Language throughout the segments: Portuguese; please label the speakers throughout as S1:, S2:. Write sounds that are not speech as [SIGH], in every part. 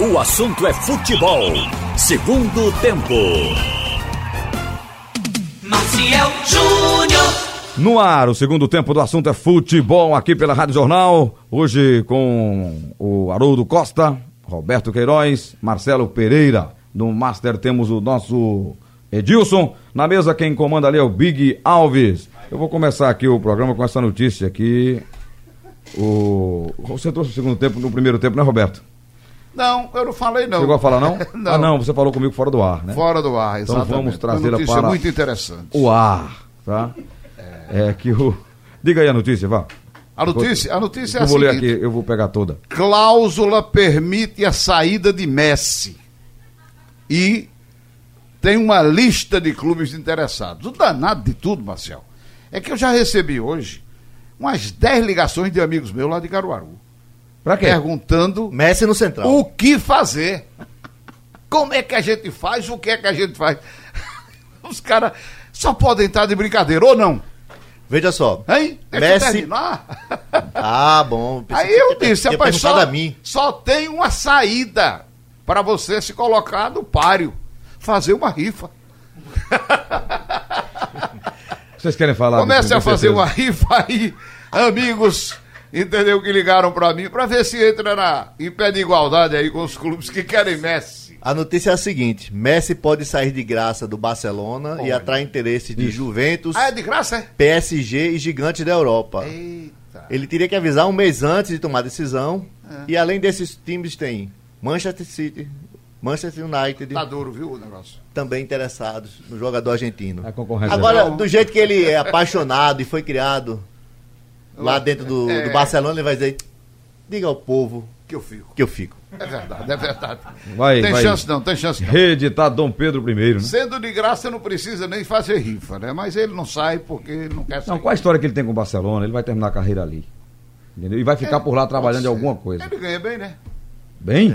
S1: O assunto é futebol. Segundo tempo.
S2: Maciel Júnior.
S3: No ar, o segundo tempo do assunto é futebol aqui pela Rádio Jornal. Hoje com o Haroldo Costa, Roberto Queiroz, Marcelo Pereira. No Master temos o nosso Edilson. Na mesa, quem comanda ali é o Big Alves. Eu vou começar aqui o programa com essa notícia aqui. O... Você trouxe o segundo tempo no primeiro tempo, né, Roberto?
S4: Não, eu não falei não.
S3: Chegou a falar, não?
S4: [LAUGHS] Não.
S3: Ah, não, você falou comigo fora do ar, né?
S4: Fora do ar,
S3: Então
S4: exatamente.
S3: vamos trazê-la
S4: Uma notícia é
S3: para-
S4: muito interessante.
S3: o ar, tá? É que o. Diga aí a notícia, vá.
S4: A notícia, a notícia é
S3: eu
S4: a
S3: vou ler
S4: seguinte.
S3: aqui, eu vou pegar toda.
S4: Cláusula permite a saída de Messi. E tem uma lista de clubes interessados. O danado de tudo, Marcel, é que eu já recebi hoje umas 10 ligações de amigos meus lá de Caruaru.
S3: Pra quê?
S5: É.
S4: Perguntando
S5: Messi no Central.
S4: o que fazer. Como é que a gente faz? O que é que a gente faz? [LAUGHS] Os caras só podem estar de brincadeira, ou não?
S5: Veja só.
S4: Hein? Deixa eu
S5: Messi-
S4: terminar.
S5: Ah, bom. pensei
S4: Aí
S5: que você
S4: eu
S5: tinha-
S4: disse,
S5: tinha
S4: rapaz,
S5: perguntado
S4: só,
S5: a mim.
S4: só tem uma saída para você se colocar no páreo. Fazer uma rifa.
S3: Vocês querem
S5: Ah,
S3: falar?
S4: Comece
S3: disso,
S4: a
S3: com
S4: fazer
S3: certeza?
S4: uma rifa aí, amigos, entendeu? Que ligaram para mim, para ver se entra na, em pé de igualdade aí com os clubes que querem Messi.
S5: A notícia é a seguinte: Messi pode sair de graça do Barcelona e atrai interesse de Juventus,
S4: Ah, é de graça, é?
S5: PSG e gigantes da Europa.
S4: Eita.
S5: Ele teria que avisar um mês antes de tomar a decisão.
S4: É.
S5: E além desses times tem Manchester City, Manchester United,
S4: Tá duro, viu, o negócio?
S5: também interessados no jogador argentino.
S4: Tá
S3: A concorrência.
S5: Agora, do jeito que ele é apaixonado e
S4: [LAUGHS]
S5: foi criado lá dentro do,
S4: É.
S5: do Barcelona, ele vai dizer: diga ao povo
S4: Que eu fico.
S5: que eu fico.
S4: É verdade, é verdade.
S3: Vai,
S4: tem
S3: vai.
S4: chance não, tem chance não.
S3: Reeditar Dom Pedro I, né?
S4: Sendo de graça, não precisa nem fazer rifa, né? Mas ele não sai porque ele não quer sair.
S3: Não, qual a história que ele tem com o Barcelona? Ele vai terminar a carreira ali. Entendeu? E vai
S5: É.
S3: ficar por lá trabalhando em
S4: Pode ser.
S3: alguma coisa.
S4: Ele ganha bem, né?
S5: [LAUGHS]
S3: Bem?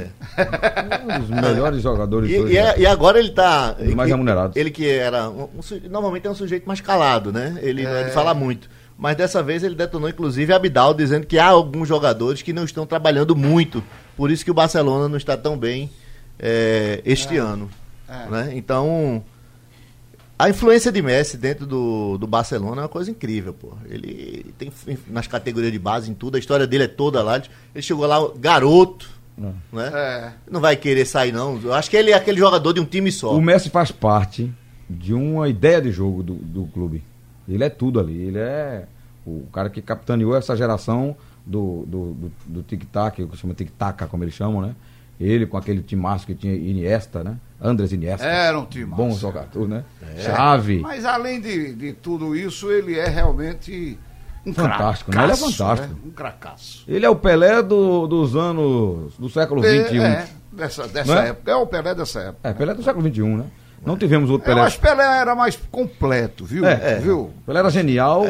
S3: Um dos melhores jogadores
S5: E,
S3: hoje.
S5: e
S3: né?
S5: é- e agora ele tá.
S3: Os mais
S5: ele-
S3: remunerados.
S5: Ele que era. um- um su- normalmente é um sujeito mais calado, né? Ele não é de falar muito. Mas dessa vez ele detonou, inclusive, a Abidal, dizendo que há alguns jogadores que não estão trabalhando muito. Por isso que o Barcelona não está tão bem é, este ano. né? Então. A influência de Messi dentro do, do Barcelona é uma coisa incrível, pô. Ele tem f- nas categorias de base, em tudo, a história dele é toda lá. Ele chegou lá garoto, né?
S4: É.
S5: Não vai querer sair, não. Eu acho que ele é aquele jogador de um time só.
S3: O Messi faz parte de uma ideia de jogo do, do clube. Ele é tudo ali. Ele é o cara que capitaneou essa geração do, do, do, do tic-tac, que chama tic-taca, como eles chamam, né? Ele com aquele timaço que tinha Iniesta, né? Andres Iniesta.
S4: Era um time.
S3: Bom jogador, né? Chave.
S4: Mas além de, de tudo isso, ele é realmente um
S3: Fantástico, né? Ele é
S4: cracaço,
S3: fantástico.
S4: Um cracaço.
S3: Ele é o Pelé do- dos anos. do século XXI.
S4: É,
S3: É,
S4: é, dessa, dessa
S3: Não é?
S4: época. É o Pelé dessa época.
S3: Pelé do século XXI, né? Não tivemos outro
S4: Eu
S3: Pelé.
S4: acho que Pelé era mais completo, viu?
S3: É, é.
S4: Viu?
S3: Pelé era genial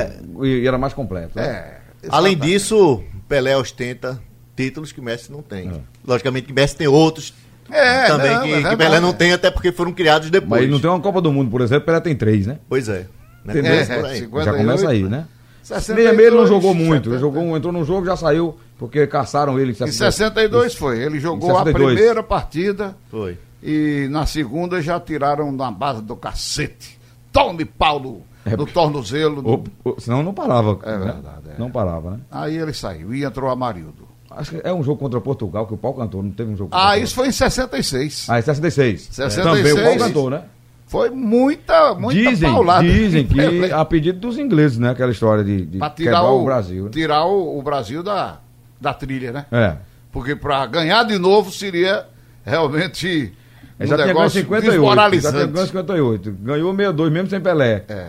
S3: e, e era mais completo. né?
S4: É.
S5: Além disso, Pelé ostenta títulos que Messi não tem.
S3: É.
S5: Logicamente que Messi tem outros
S4: É,
S5: também
S4: não,
S5: que,
S4: é
S5: que
S4: verdade.
S5: Pelé não tem, até porque foram criados depois.
S3: Mas ele não tem uma Copa do Mundo, por exemplo, Pelé tem três, né?
S5: Pois é. Né?
S3: Entendeu?
S5: Começa por aí.
S4: É,
S3: Já começa aí, né?
S4: 62,
S3: Meia meia ele não jogou muito.
S4: 70.
S3: Ele jogou, um, entrou num jogo, já saiu, porque caçaram ele.
S4: Em 62 foi. Ele jogou a
S3: 62.
S4: primeira partida
S5: Foi.
S4: e na segunda já tiraram na base do cacete. Tome Paulo
S3: É,
S4: no tornozelo. no-
S3: O- o- senão não parava.
S4: É
S3: né?
S4: verdade, é.
S3: Não parava, né?
S4: Aí ele saiu e entrou Amarildo.
S3: Acho que é um jogo contra Portugal que o pau cantou, não teve um jogo contra
S4: Ah,
S3: Portugal.
S4: isso foi em 66.
S3: Ah, é 66.
S4: 66.
S3: Também o pau cantou, né?
S4: Foi muita, muita
S3: dizem,
S4: paulada.
S3: dizem
S4: [LAUGHS]
S3: que
S4: Pelé,
S3: a pedido dos ingleses, né? Aquela história de, de
S4: pra
S3: quebrar
S4: tirar
S3: o,
S4: o,
S3: Brasil. né?
S4: Tirar o, o Brasil da, da trilha, né?
S3: É.
S4: Porque para ganhar de novo seria realmente
S3: É, já tinha
S4: um
S3: ganho
S4: negócio
S3: 58. Já tinha
S4: desmoralizante.
S3: ganho 58. Ganhou 62 mesmo sem Pelé.
S4: É,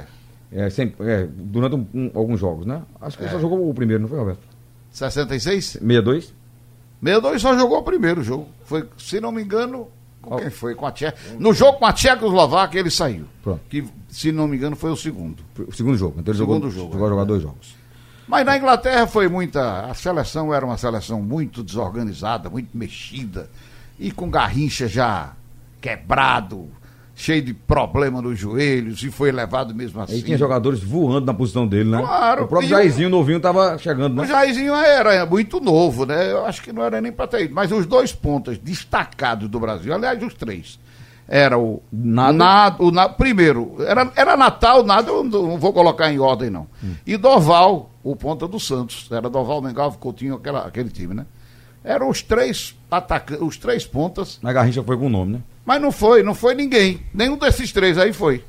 S3: É, sem- é, durante um- um- alguns jogos, né? Acho
S4: É.
S3: que ele só jogou o primeiro, não foi, Roberto?
S4: 66?
S3: 62?
S4: 62 só jogou o primeiro jogo. Foi, se não me engano, com quem foi? Com a Tcheca. No jogo com a Tchecoslováquia ele saiu.
S3: Pronto.
S4: Que, se não me engano, foi o segundo.
S3: O segundo jogo. Então ele jogou,
S4: Segundo jogo,
S3: Jogou
S4: é.
S3: jogar dois jogos.
S4: Mas na Inglaterra foi muita. A seleção era uma seleção muito desorganizada, muito mexida. E com Garrincha já quebrado, cheio de problema nos joelhos e foi levado mesmo assim.
S3: Aí tinha jogadores voando na posição dele, né?
S4: Claro,
S3: O próprio
S4: e o-
S3: Jairzinho novinho tava chegando,
S4: O
S3: né?
S4: Jairzinho é era muito novo, né? Eu acho que não era nem para ter ido. Mas os dois pontas destacados do Brasil, aliás, os três. Era o
S3: Nado.
S4: Nado- o Na- primeiro, era, era Natal, nada, eu não não vou colocar em ordem, não. E Doval, o ponta do Santos. Era Doval, Mengalvo, Coutinho, aquela, aquele time, né? Eram os três atacantes, os três pontas,
S3: Na Garrincha foi com o nome, né?
S4: mas não foi, não foi ninguém. Nenhum desses três aí foi.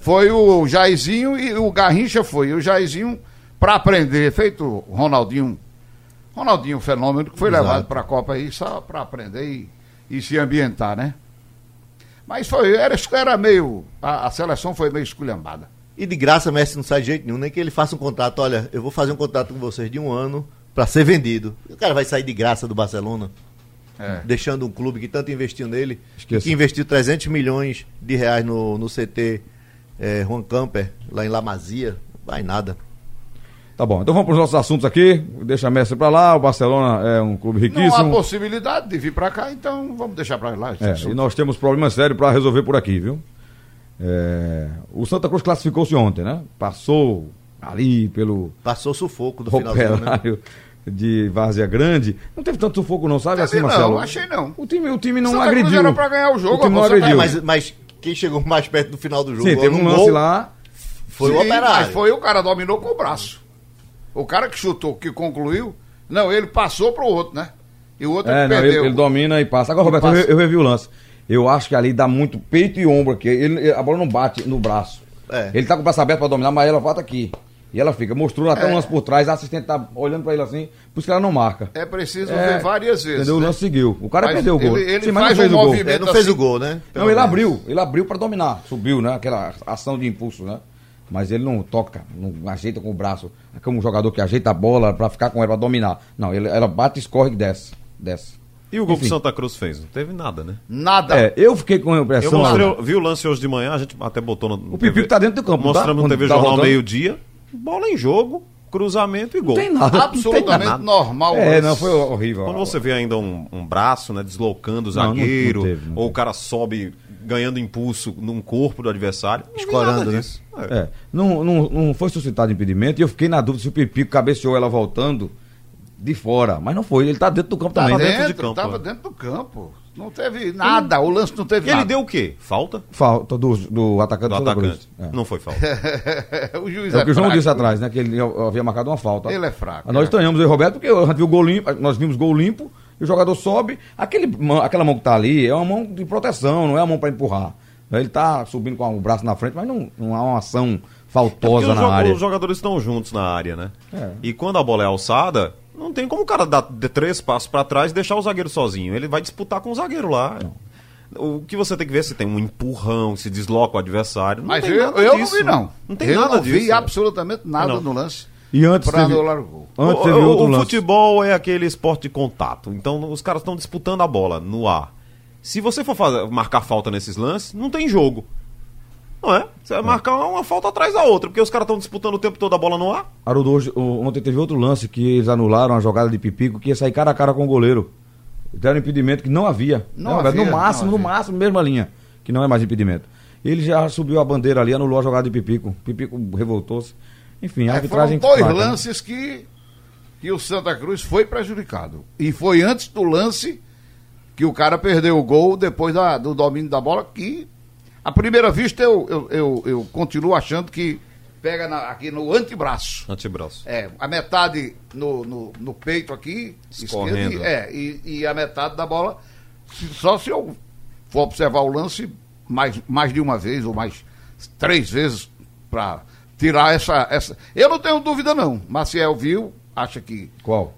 S4: Foi o Jairzinho e o Garrincha foi. E o Jairzinho, para aprender, feito o Ronaldinho. Ronaldinho, um fenômeno, que foi
S5: Exato.
S4: levado para a Copa aí só para aprender e, e se ambientar, né? Mas foi, era, era meio. A, a seleção foi meio esculhambada.
S5: E de graça, Messi não sai de jeito nenhum, nem que ele faça um contrato. Olha, eu vou fazer um contrato com vocês de um ano pra ser vendido. O cara vai sair de graça do Barcelona,
S4: É.
S5: deixando um clube que tanto investiu nele,
S3: Esqueça.
S5: que investiu 300 milhões de reais no, no CT eh, Juan Camper, lá em La Masia. Vai nada.
S3: Tá bom, então vamos para os nossos assuntos aqui. Deixa a Messi para lá. O Barcelona é um clube
S4: Não há
S3: riquíssimo.
S4: possibilidade de vir para cá, então vamos deixar para lá. esse
S3: É,
S4: assunto.
S3: e nós temos problema sério para resolver por aqui, viu? É, o Santa Cruz classificou-se ontem, né? Passou ali pelo
S5: Passou sufoco do finalzinho,
S3: [LAUGHS]
S5: né?
S3: operário de Várzea Grande. Não teve tanto sufoco, não, sabe?
S4: Também
S3: assim,
S4: não,
S3: Marcelo.
S4: achei não.
S3: O time, o time não
S4: Santa Cruz
S3: agrediu.
S4: era pra ganhar o jogo,
S3: time não
S4: você tá-
S3: agrediu.
S5: É, Mas, mas quem chegou mais perto do final do jogo
S3: Sim, teve
S5: num
S3: um lance
S5: gol,
S3: lá.
S5: foi o
S4: Sim,
S5: Operário. É,
S4: Mas foi o cara dominou com o braço. O cara que chutou, que concluiu, não, ele passou pro outro, né? E o outro
S3: É, não, ele,
S4: perdeu.
S3: ele domina e passa. Agora, Roberto,
S4: passa.
S3: Eu, eu revi o lance. Eu acho que ali dá muito peito e ombro aqui. Ele- a bola não bate no braço.
S5: É.
S3: Ele tá com o braço aberto pra dominar, mas ela volta aqui. E ela fica. Mostrou
S4: É.
S3: até um lance por trás, a assistente tá olhando pra ele assim, por isso que ela não marca.
S4: É preciso
S3: É,
S4: ver várias vezes.
S3: Entendeu? O
S4: né?
S3: lance seguiu. O cara
S4: Mas
S3: perdeu o gol.
S4: ele- ele
S3: Sim, mas não
S4: faz
S3: fez
S4: um
S3: o gol.
S4: movimento-
S5: É, não fez
S4: assim.
S5: o gol, né? Pelo
S3: Não, ele
S5: menos.
S3: abriu. Ele abriu pra dominar. Subiu, né? Aquela ação de impulso, né? Mas ele não toca, não ajeita com o braço. É como um jogador que ajeita a bola pra ficar com ela, pra dominar. Não, ele, ela bate, escorre e desce. Desce.
S6: E o gol que
S3: Enfim.
S6: o Santa Cruz fez? Não teve nada, né?
S4: Nada. [LAUGHS]
S3: É, eu fiquei com a
S6: Eu
S3: impressão.
S6: mostrei, o- vi o lance hoje de manhã, a gente até botou no. no
S3: O Pipico
S6: TV.
S3: tá dentro do campo, não tá?
S6: Mostramos no
S3: Quando
S6: TV
S3: tá
S6: Jornal
S3: rodando.
S6: meio-dia. Bola em jogo, cruzamento e gol.
S3: tem nada. não
S4: Absolutamente
S3: tem nada.
S4: normal.
S3: É,
S4: mas-
S3: não, foi horrível.
S6: Quando você vê ainda um, um braço, né, deslocando o
S3: Não, não- não
S6: zagueiro,
S3: teve, não
S6: ou o
S3: teve.
S6: cara sobe ganhando impulso num corpo do adversário, não vi
S5: Escorando,
S6: nada
S5: né?
S6: disso. É.
S3: É, não, não, não foi suscitado impedimento e eu fiquei na dúvida se o Pipico cabeceou ela voltando de fora. Mas não foi, ele tá dentro do campo
S4: Tava
S3: também, né?
S6: dentro
S4: dentro,
S6: de campo,
S4: tava
S6: né?
S4: dentro do campo. Não teve nada. O lance não teve
S6: E ele
S4: nada.
S6: deu o quê? Falta?
S3: Falta do, do atacante do
S6: Do
S3: Santa Cruz.
S6: atacante.
S3: É.
S6: Não foi falta.
S4: [LAUGHS] o juiz
S3: É o que o João
S4: fraco.
S3: disse atrás, né? Que ele havia marcado uma falta.
S4: Ele é fraco,
S3: Nós
S4: é.
S3: estranhamos aí, Roberto, porque a gente viu gol limpo, nós vimos gol limpo, e o jogador sobe. Aquele, mão- aquela mão que tá ali é uma mão de proteção, não é uma mão para empurrar. Ele tá subindo com o braço na frente, mas não, não há uma ação
S6: Porque
S3: faltosa
S6: os,
S3: na
S6: jo-
S3: área.
S6: os jogadores estão juntos na área, né?
S3: É.
S6: E quando a bola é alçada, não tem como o cara dar de três passos pra trás e deixar o zagueiro sozinho. Ele vai disputar com o zagueiro lá. O que você tem que ver é se tem um empurrão, se desloca o adversário. Não
S4: Mas
S6: tem
S4: eu,
S6: nada
S4: eu não
S6: disso.
S4: vi, não.
S6: Não tem
S4: eu
S6: nada
S4: não
S6: disso.
S4: vi absolutamente nada
S6: Não.
S4: no lance.
S3: E antes
S4: pra
S3: teve-
S4: anular o gol.
S3: Antes
S6: O-
S3: teve
S6: o,
S3: outro
S6: o
S3: lance.
S6: futebol é aquele esporte de contato. Então os caras estão disputando a bola no ar. Se você for fazer- marcar falta nesses lances, não tem jogo. Não é? Você vai marcar uma falta atrás da outra, porque os caras estão disputando o tempo todo a bola no ar.
S3: Haroldo, hoje, o- ontem teve outro lance que eles anularam a jogada de Pipico, que ia sair cara a cara com o goleiro. Deram impedimento que não havia.
S4: Não
S3: Né, Roberto?
S4: havia,
S3: no máximo,
S4: não
S3: no
S4: havia.
S3: máximo, mesma linha. Que não é mais impedimento. Ele já subiu a bandeira ali, anulou a jogada de Pipico. Pipico revoltou-se. Enfim, a
S4: É,
S3: arbitragem.
S4: foram dois
S3: fraca, né?
S4: lances que, que o Santa Cruz foi prejudicado. E foi antes do lance que o cara perdeu o gol depois da- do domínio da bola, que à primeira vista eu, eu, eu, eu continuo achando que pega na- aqui no antebraço.
S6: Antebraço.
S4: É, a metade no, no, no peito aqui,
S6: Escorrendo.
S4: esquerda, e- é, e, e a metade da bola, se- só se eu for observar o lance mais, mais de uma vez ou mais três vezes para tirar essa, essa. Eu não tenho dúvida, não. Maciel viu, acha que.
S3: Qual?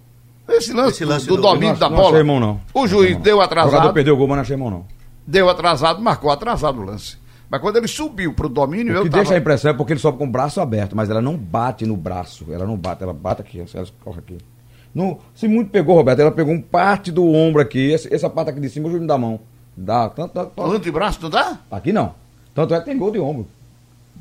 S4: Esse lance,
S5: Esse lance
S4: do,
S5: do-
S4: domínio
S3: não,
S4: da
S3: não
S4: bola.
S3: achei mão, não.
S4: O
S3: Não achei
S4: juiz
S3: mão, não.
S4: deu
S3: O jogador
S4: atrasado,
S3: perdeu o gol, mas não achei mão, não.
S4: deu atrasado, marcou atrasado o lance. Mas quando ele subiu pro domínio,
S3: O
S4: eu
S3: que
S4: tava...
S3: deixa a impressão é porque ele sobe com o braço aberto, mas ela não bate no braço. Ela não bate, ela bate aqui, ela escorre aqui. Não, se muito pegou, Roberto, ela pegou um parte do ombro aqui, essa, essa parte aqui de cima, o juiz não dá mão. Dá, tanto, tanto,
S4: O antebraço, não dá?
S3: Aqui não. Tanto é que tem gol de ombro.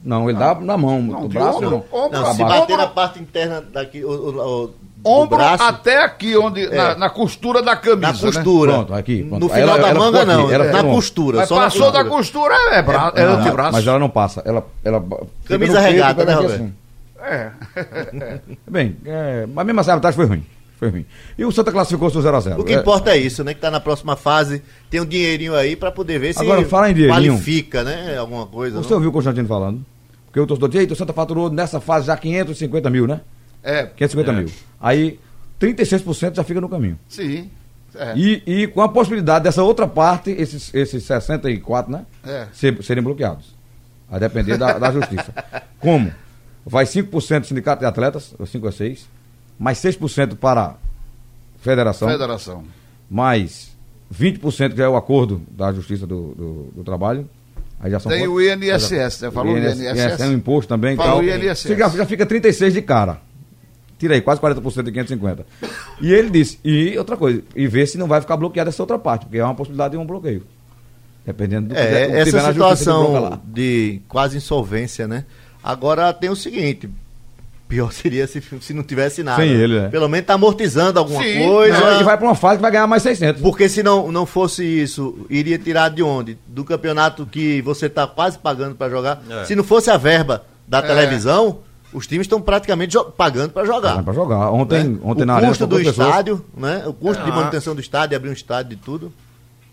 S3: Não, ele dá na mão,
S4: Não,
S3: do
S4: de
S3: braço
S4: ombro,
S3: não.
S4: ombro,
S5: Não, se
S3: Abaixo.
S5: bater na parte interna daqui, o- o- o-
S4: ombro
S5: braço. É.
S4: até aqui, onde, na, na costura da camisa.
S5: Na
S4: né?
S5: costura.
S3: Pronto, aqui, pronto.
S5: No final
S3: Ela-
S5: da
S3: ela
S5: manga,
S3: ficou
S5: não.
S3: aqui, ela
S5: na
S3: ficou no-
S5: costura.
S4: Mas
S5: só na
S4: passou da
S5: costura.
S4: costura, é, bra... é,
S3: Não,
S4: antebraço.
S3: Mas ela não passa. Ela, ela fica no
S5: Camisa
S3: peito,
S5: regata,
S3: pega
S5: né,
S3: aqui
S5: Roberto?
S3: É. [LAUGHS] Bem, é, mas mesmo assim, a arbitragem foi ruim. Foi ruim. E o Santa classificou seu 0x0.
S5: O que importa é isso, né? Que tá na próxima fase, tem um dinheirinho aí pra poder ver se
S3: Agora, fala em dinheirinho.
S5: qualifica, né? Alguma coisa.
S3: Você
S5: não?
S3: ouviu o Constantino falando? Porque o torcedor diz, "Eita, o Santa faturou nessa fase já 550 mil, né?
S4: É,
S3: 550
S6: É.
S3: mil. Aí, 36% já fica no caminho.
S4: sim. É.
S3: E, e com a possibilidade dessa outra parte, esses, esses 64, né?
S4: É.
S3: ser- serem bloqueados. A depender da, da justiça. Como? Vai 5% do sindicato de atletas, ou 5 a 6, mais 6% para a federação,
S4: Federação.
S3: mais 20% que já é o acordo da justiça do, do, do trabalho. Aí já são
S4: Tem
S3: quantos?
S4: o INSS, né? Falou o
S3: INSS,
S4: INSS.
S3: Tem um imposto também. e
S4: Falou
S3: tal.
S4: o INSS.
S3: Você Já, já fica 36 de cara. Tira aí, quase 40% de 550. E ele disse, e outra coisa, e ver se não vai ficar bloqueada essa outra parte, porque é uma possibilidade de um bloqueio. Dependendo do que
S5: É,
S3: tiver- do que tiver
S5: essa
S3: na justiça, ele bloca
S5: situação
S3: lá.
S5: de quase insolvência, né? Agora tem o seguinte. Pior [LAUGHS] seria se, se não tivesse nada.
S3: Sem ele, né?
S5: Pelo menos tá amortizando alguma
S4: Sim,
S5: coisa.
S3: Não, ele vai pra uma fase que vai ganhar mais 600.
S5: Porque se não, não fosse isso, iria tirar de onde? Do campeonato que você está quase pagando para jogar.
S6: É.
S5: Se não fosse a verba da
S4: É.
S5: televisão, os times estão praticamente jo- pagando para jogar.
S3: Dá pra jogar. Ontem,
S5: né?
S3: ontem
S5: o
S3: na
S5: custo do
S3: poucas pessoas-
S5: estádio, né? O custo de
S6: Ah.
S5: manutenção do estádio, abrir um estádio e tudo.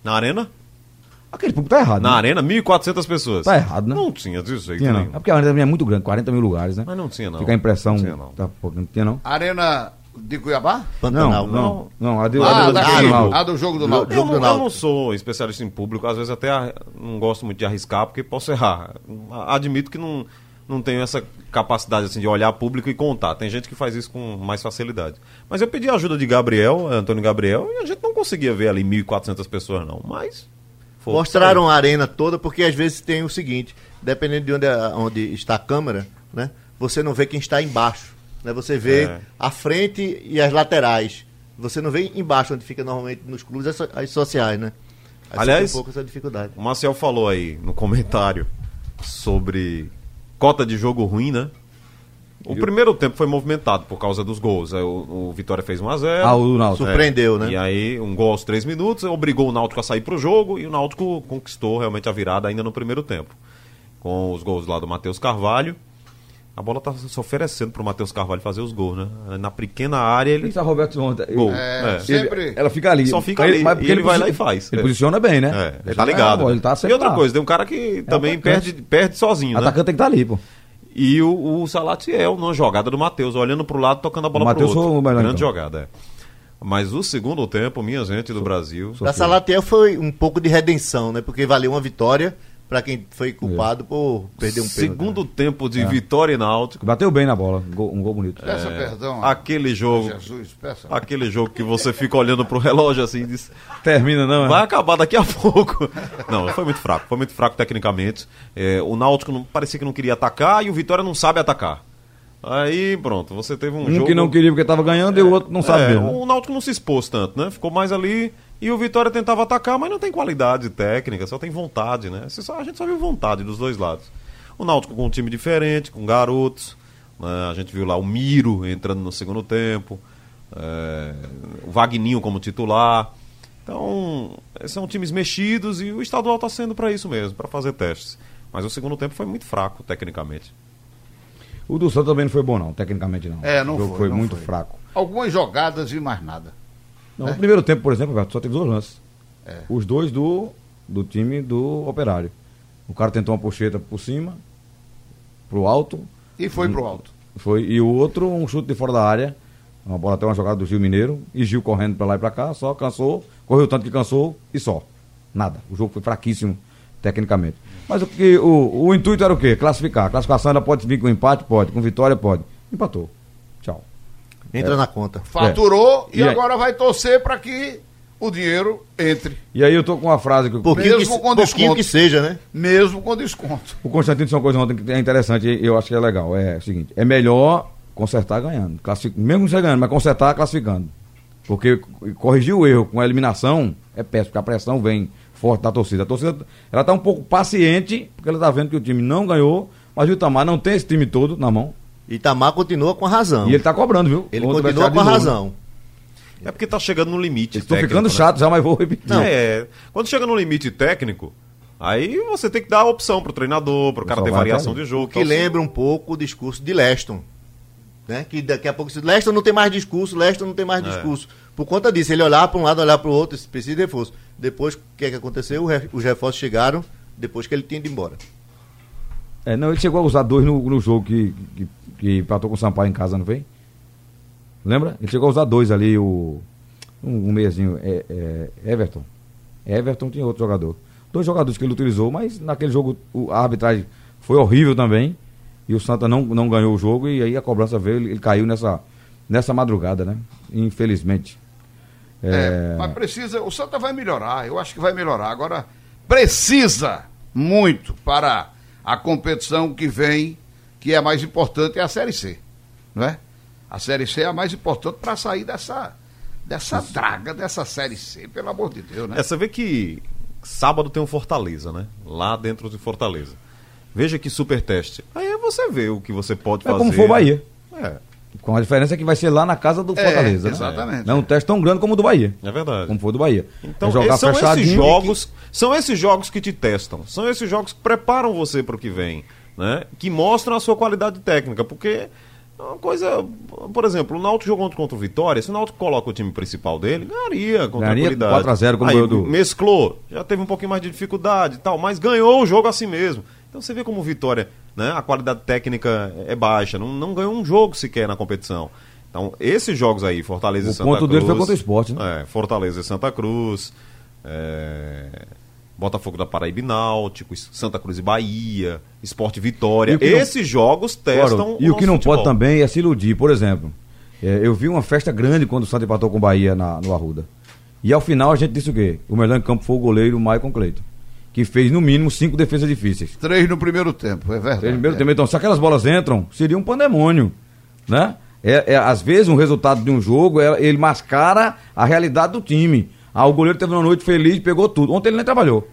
S6: Na arena?
S3: Aquele público tá errado.
S6: Na
S3: né?
S6: arena, 1.400 pessoas.
S3: Tá errado, né?
S6: Não tinha disso aí.
S3: Tinha não. É porque a arena também é muito grande, 40 mil lugares, né?
S6: Mas não tinha, não.
S3: Fica a impressão.
S6: Não tinha, não.
S3: Tá, pouco, não tinha, não.
S4: Arena de Cuiabá?
S5: Pantanal.
S3: Não, não. Não, a de-
S4: Ah,
S3: a de-
S4: da-
S3: a de-
S4: ah,
S3: Náutico.
S4: a do jogo do
S5: Do-
S4: Náutico.
S6: Eu
S5: Jogo do
S6: não, eu
S5: Náutico.
S6: não sou especialista em público, às vezes até ah, não gosto muito de arriscar, porque posso errar. Admito que não, não tenho essa capacidade assim, de olhar público e contar. Tem gente que faz isso com mais facilidade. Mas eu pedi a ajuda de Gabriel, Antônio Gabriel, e a gente não conseguia ver ali 1.400 pessoas, não. Mas. foi-
S5: Mostraram a arena toda, porque às vezes tem o seguinte, dependendo de onde, é- onde está a câmera, né? Você não vê quem está embaixo. Né? Você vê
S6: É.
S5: a frente e as laterais. Você não vê embaixo, onde fica normalmente nos clubes, as, so- as sociais, né? Aí você
S6: Aliás-
S5: tem um pouco essa dificuldade.
S6: O Marcel falou aí no comentário sobre cota de jogo ruim, né? O primeiro tempo foi movimentado por causa dos gols. Aí O, o Vitória fez 1x0.
S3: Ah, o Náutico.
S5: Surpreendeu, né?
S6: E aí, um gol aos três minutos, obrigou o Náutico a sair pro jogo e o Náutico conquistou realmente a virada ainda no primeiro tempo. Com os gols lá do Matheus Carvalho. A bola tá se oferecendo pro Matheus Carvalho fazer os gols, né? Na pequena área ele.
S3: Isso é Roberto ontem.
S6: Gol.
S4: É,
S6: É.
S4: sempre.
S3: Ele- ela fica ali.
S6: Só fica
S3: Ele-
S6: ali.
S3: mas porque
S6: E ele vai
S3: posi-
S6: lá e faz.
S3: Ele
S6: É.
S3: posiciona bem, né?
S6: É, ele
S3: Ele
S6: tá ligado.
S3: Ele tá sempre
S6: e outra
S3: lá.
S6: coisa, tem um cara que também
S3: atacante.
S6: perde, perde sozinho, né?
S3: Atacante tem que estar ali, pô.
S6: E o, o Salatiel, numa jogada do Matheus, olhando pro lado, tocando a bola
S3: O Matheus
S6: pro
S3: foi
S6: outro.
S3: o melhor,
S6: Grande
S3: então.
S6: jogada, é. Mas o segundo tempo, minha gente do Brasil.
S5: Da Salatiel foi um pouco de redenção, né? Porque valeu uma vitória para quem foi
S3: É.
S5: culpado por perder um pênalti.
S6: Segundo tempo de Vitória e Náutico.
S3: Bateu bem na bola. Gol- um gol bonito.
S4: Peça perdão.
S6: Aquele
S4: a
S6: jogo,
S4: Jesus, peça.
S5: tá.
S6: aquele jogo que você fica olhando pro relógio assim e diz,
S3: Termina, não, é?
S6: vai acabar daqui a pouco. Não, foi muito fraco, foi muito fraco tecnicamente. É, o Náutico não, parecia que não queria atacar e o Vitória não sabe atacar. Aí, pronto, você teve um,
S3: Um
S6: jogo
S3: que não queria porque tava ganhando e o outro não sabe
S6: É,
S3: mesmo.
S6: o Náutico não se expôs tanto, né? Ficou mais ali e o Vitória tentava atacar, mas não tem qualidade técnica, só tem vontade, né? Você só- a gente só viu vontade dos dois lados. O Náutico com um time diferente, com garotos, né? a gente viu lá o Miro entrando no segundo tempo, é, o Vagninho como titular. Então, são times mexidos e o estadual está sendo para isso mesmo, para fazer testes. Mas o segundo tempo foi muito fraco, tecnicamente.
S3: O do Santos também não foi bom, não, tecnicamente não.
S4: É, não
S3: o jogo
S4: foi,
S3: foi.
S4: não
S3: muito
S4: foi.
S3: fraco.
S4: Algumas jogadas e mais nada.
S3: Não, No primeiro tempo, por exemplo, Roberto, só teve dois lances. Os dois do, do time do Operário. O cara tentou uma pocheta por cima, pro alto,
S4: E foi pro alto.
S3: foi, e o outro um chute de fora da área. Uma bola até uma jogada do Gil Mineiro, e Gil correndo pra lá e pra cá, só cansou, correu tanto que cansou e só. Nada. O jogo foi fraquíssimo tecnicamente. Mas o, que, o, o intuito era o quê? Classificar. A classificação ainda pode vir com empate? Pode. Com vitória? Pode. Empatou. Tchau. É.
S5: Entra na conta.
S4: Faturou e,
S3: E aí?
S4: agora vai torcer para que o dinheiro entre.
S3: E aí eu tô com uma frase que eu-
S5: Pouquinho, que,
S4: Mesmo com
S5: pouquinho
S4: desconto.
S5: que seja, né?
S4: Mesmo com desconto.
S3: O Constantino disse uma coisa ontem que é interessante e eu acho que é legal. É o seguinte: é melhor consertar ganhando. Classific... Mesmo você ganhando, mas consertar classificando. Porque c- corrigir o erro com a eliminação é péssimo, porque a pressão vem forte da torcida. A torcida ela tá está um pouco paciente, porque ela está vendo que o time não ganhou, mas o Itamar não tem esse time todo na mão
S5: Itamar continua com a razão.
S3: E ele tá cobrando, viu?
S5: Ele
S3: Ontem vai ficar
S5: continua
S3: de
S5: com a
S3: novo.
S5: razão.
S6: É porque tá chegando no limite.
S3: Estou
S6: técnico,
S3: ficando
S6: né?
S3: chato já, mas vou repetir.
S6: É, quando chega no limite técnico, aí você tem que dar a opção pro treinador, pro cara ter
S3: Só vai
S6: variação
S3: até
S6: de jogo.
S5: Que
S6: tal.
S5: lembra um pouco o discurso de Leston. Né? Que daqui a pouco. se- Leston não tem mais discurso, Leston não tem mais discurso. Por conta disso, ele olhar para um lado, olhar para o outro, esse precisa de reforço. Depois, o que é que aconteceu? O re- Os reforços chegaram depois que ele tinha ido embora.
S3: É, não, ele chegou a usar dois no, no jogo que, que, que empatou com o Sampaio em casa, não foi? Lembra? Ele chegou a usar dois ali, o. Um, um meiazinho, é, é, Everton. Everton tinha outro jogador. Dois jogadores que ele utilizou, mas naquele jogo o, a arbitragem foi horrível também. E o Santa não, não ganhou o jogo e aí a cobrança veio, ele, ele caiu nessa, nessa madrugada, né? Infelizmente.
S4: É, mas precisa, o Santa vai melhorar, eu acho que vai melhorar. Agora, precisa muito para a competição que vem, que é a mais importante, é a Série C. Não é? A Série C é a mais importante para sair dessa, dessa draga, dessa Série C, pelo amor de Deus, né?
S6: É, você vê que sábado tem um Fortaleza, né? Lá dentro de Fortaleza. Veja que super teste. Aí você vê o que você pode
S3: É
S6: fazer.
S3: como foi o Bahia.
S6: É,
S3: Com a diferença que vai ser lá na casa do
S4: É,
S3: Fortaleza. né?
S4: exatamente.
S3: Não é um teste tão grande como o do Bahia.
S6: é verdade.
S3: Como foi o do Bahia.
S6: Então,
S3: É jogar
S6: esses- são
S3: fechadinho.
S6: esses jogos, são esses jogos que te testam, são esses jogos que preparam você para o que vem, né? Que mostram a sua qualidade técnica, porque é uma coisa, por exemplo, o Náutico jogou contra o Vitória, se o Náutico coloca o time principal dele, ganharia com
S3: Ganharia
S6: tranquilidade.
S3: 4 a 0 como
S6: Aí,
S3: ganhou do-
S6: mesclou, já teve um pouquinho mais de dificuldade e tal, mas ganhou o jogo assim mesmo. Então você vê como o Vitória, né, a qualidade técnica é baixa, não, não ganhou um jogo sequer na competição. Então, esses jogos aí, Fortaleza
S3: O
S6: e Santa
S3: ponto
S6: Cruz.
S3: dele foi contra o Sport,
S6: né? É, Fortaleza e Santa Cruz. é, Botafogo da Paraíba e Náutico, Santa Cruz e Bahia, Esporte e Vitória.
S3: E o que não-
S6: Esses jogos testam.
S3: Claro, e o que
S6: nosso
S3: não
S6: futebol.
S3: pode também é se iludir. Por exemplo, é, eu vi uma festa grande quando o Santa empatou com o Bahia na- no Arruda. E ao final a gente disse o quê? O melhor em campo foi o goleiro Maicon Cleiton, que fez no mínimo cinco defesas difíceis.
S4: Três no primeiro tempo, é verdade.
S3: Três no primeiro
S4: É.
S3: tempo. Então, se aquelas bolas entram, seria um pandemônio, né? É, é, às vezes, um resultado de um jogo, é- ele mascara a realidade do time. Ah, o goleiro teve uma noite feliz, pegou tudo. Ontem ele nem trabalhou.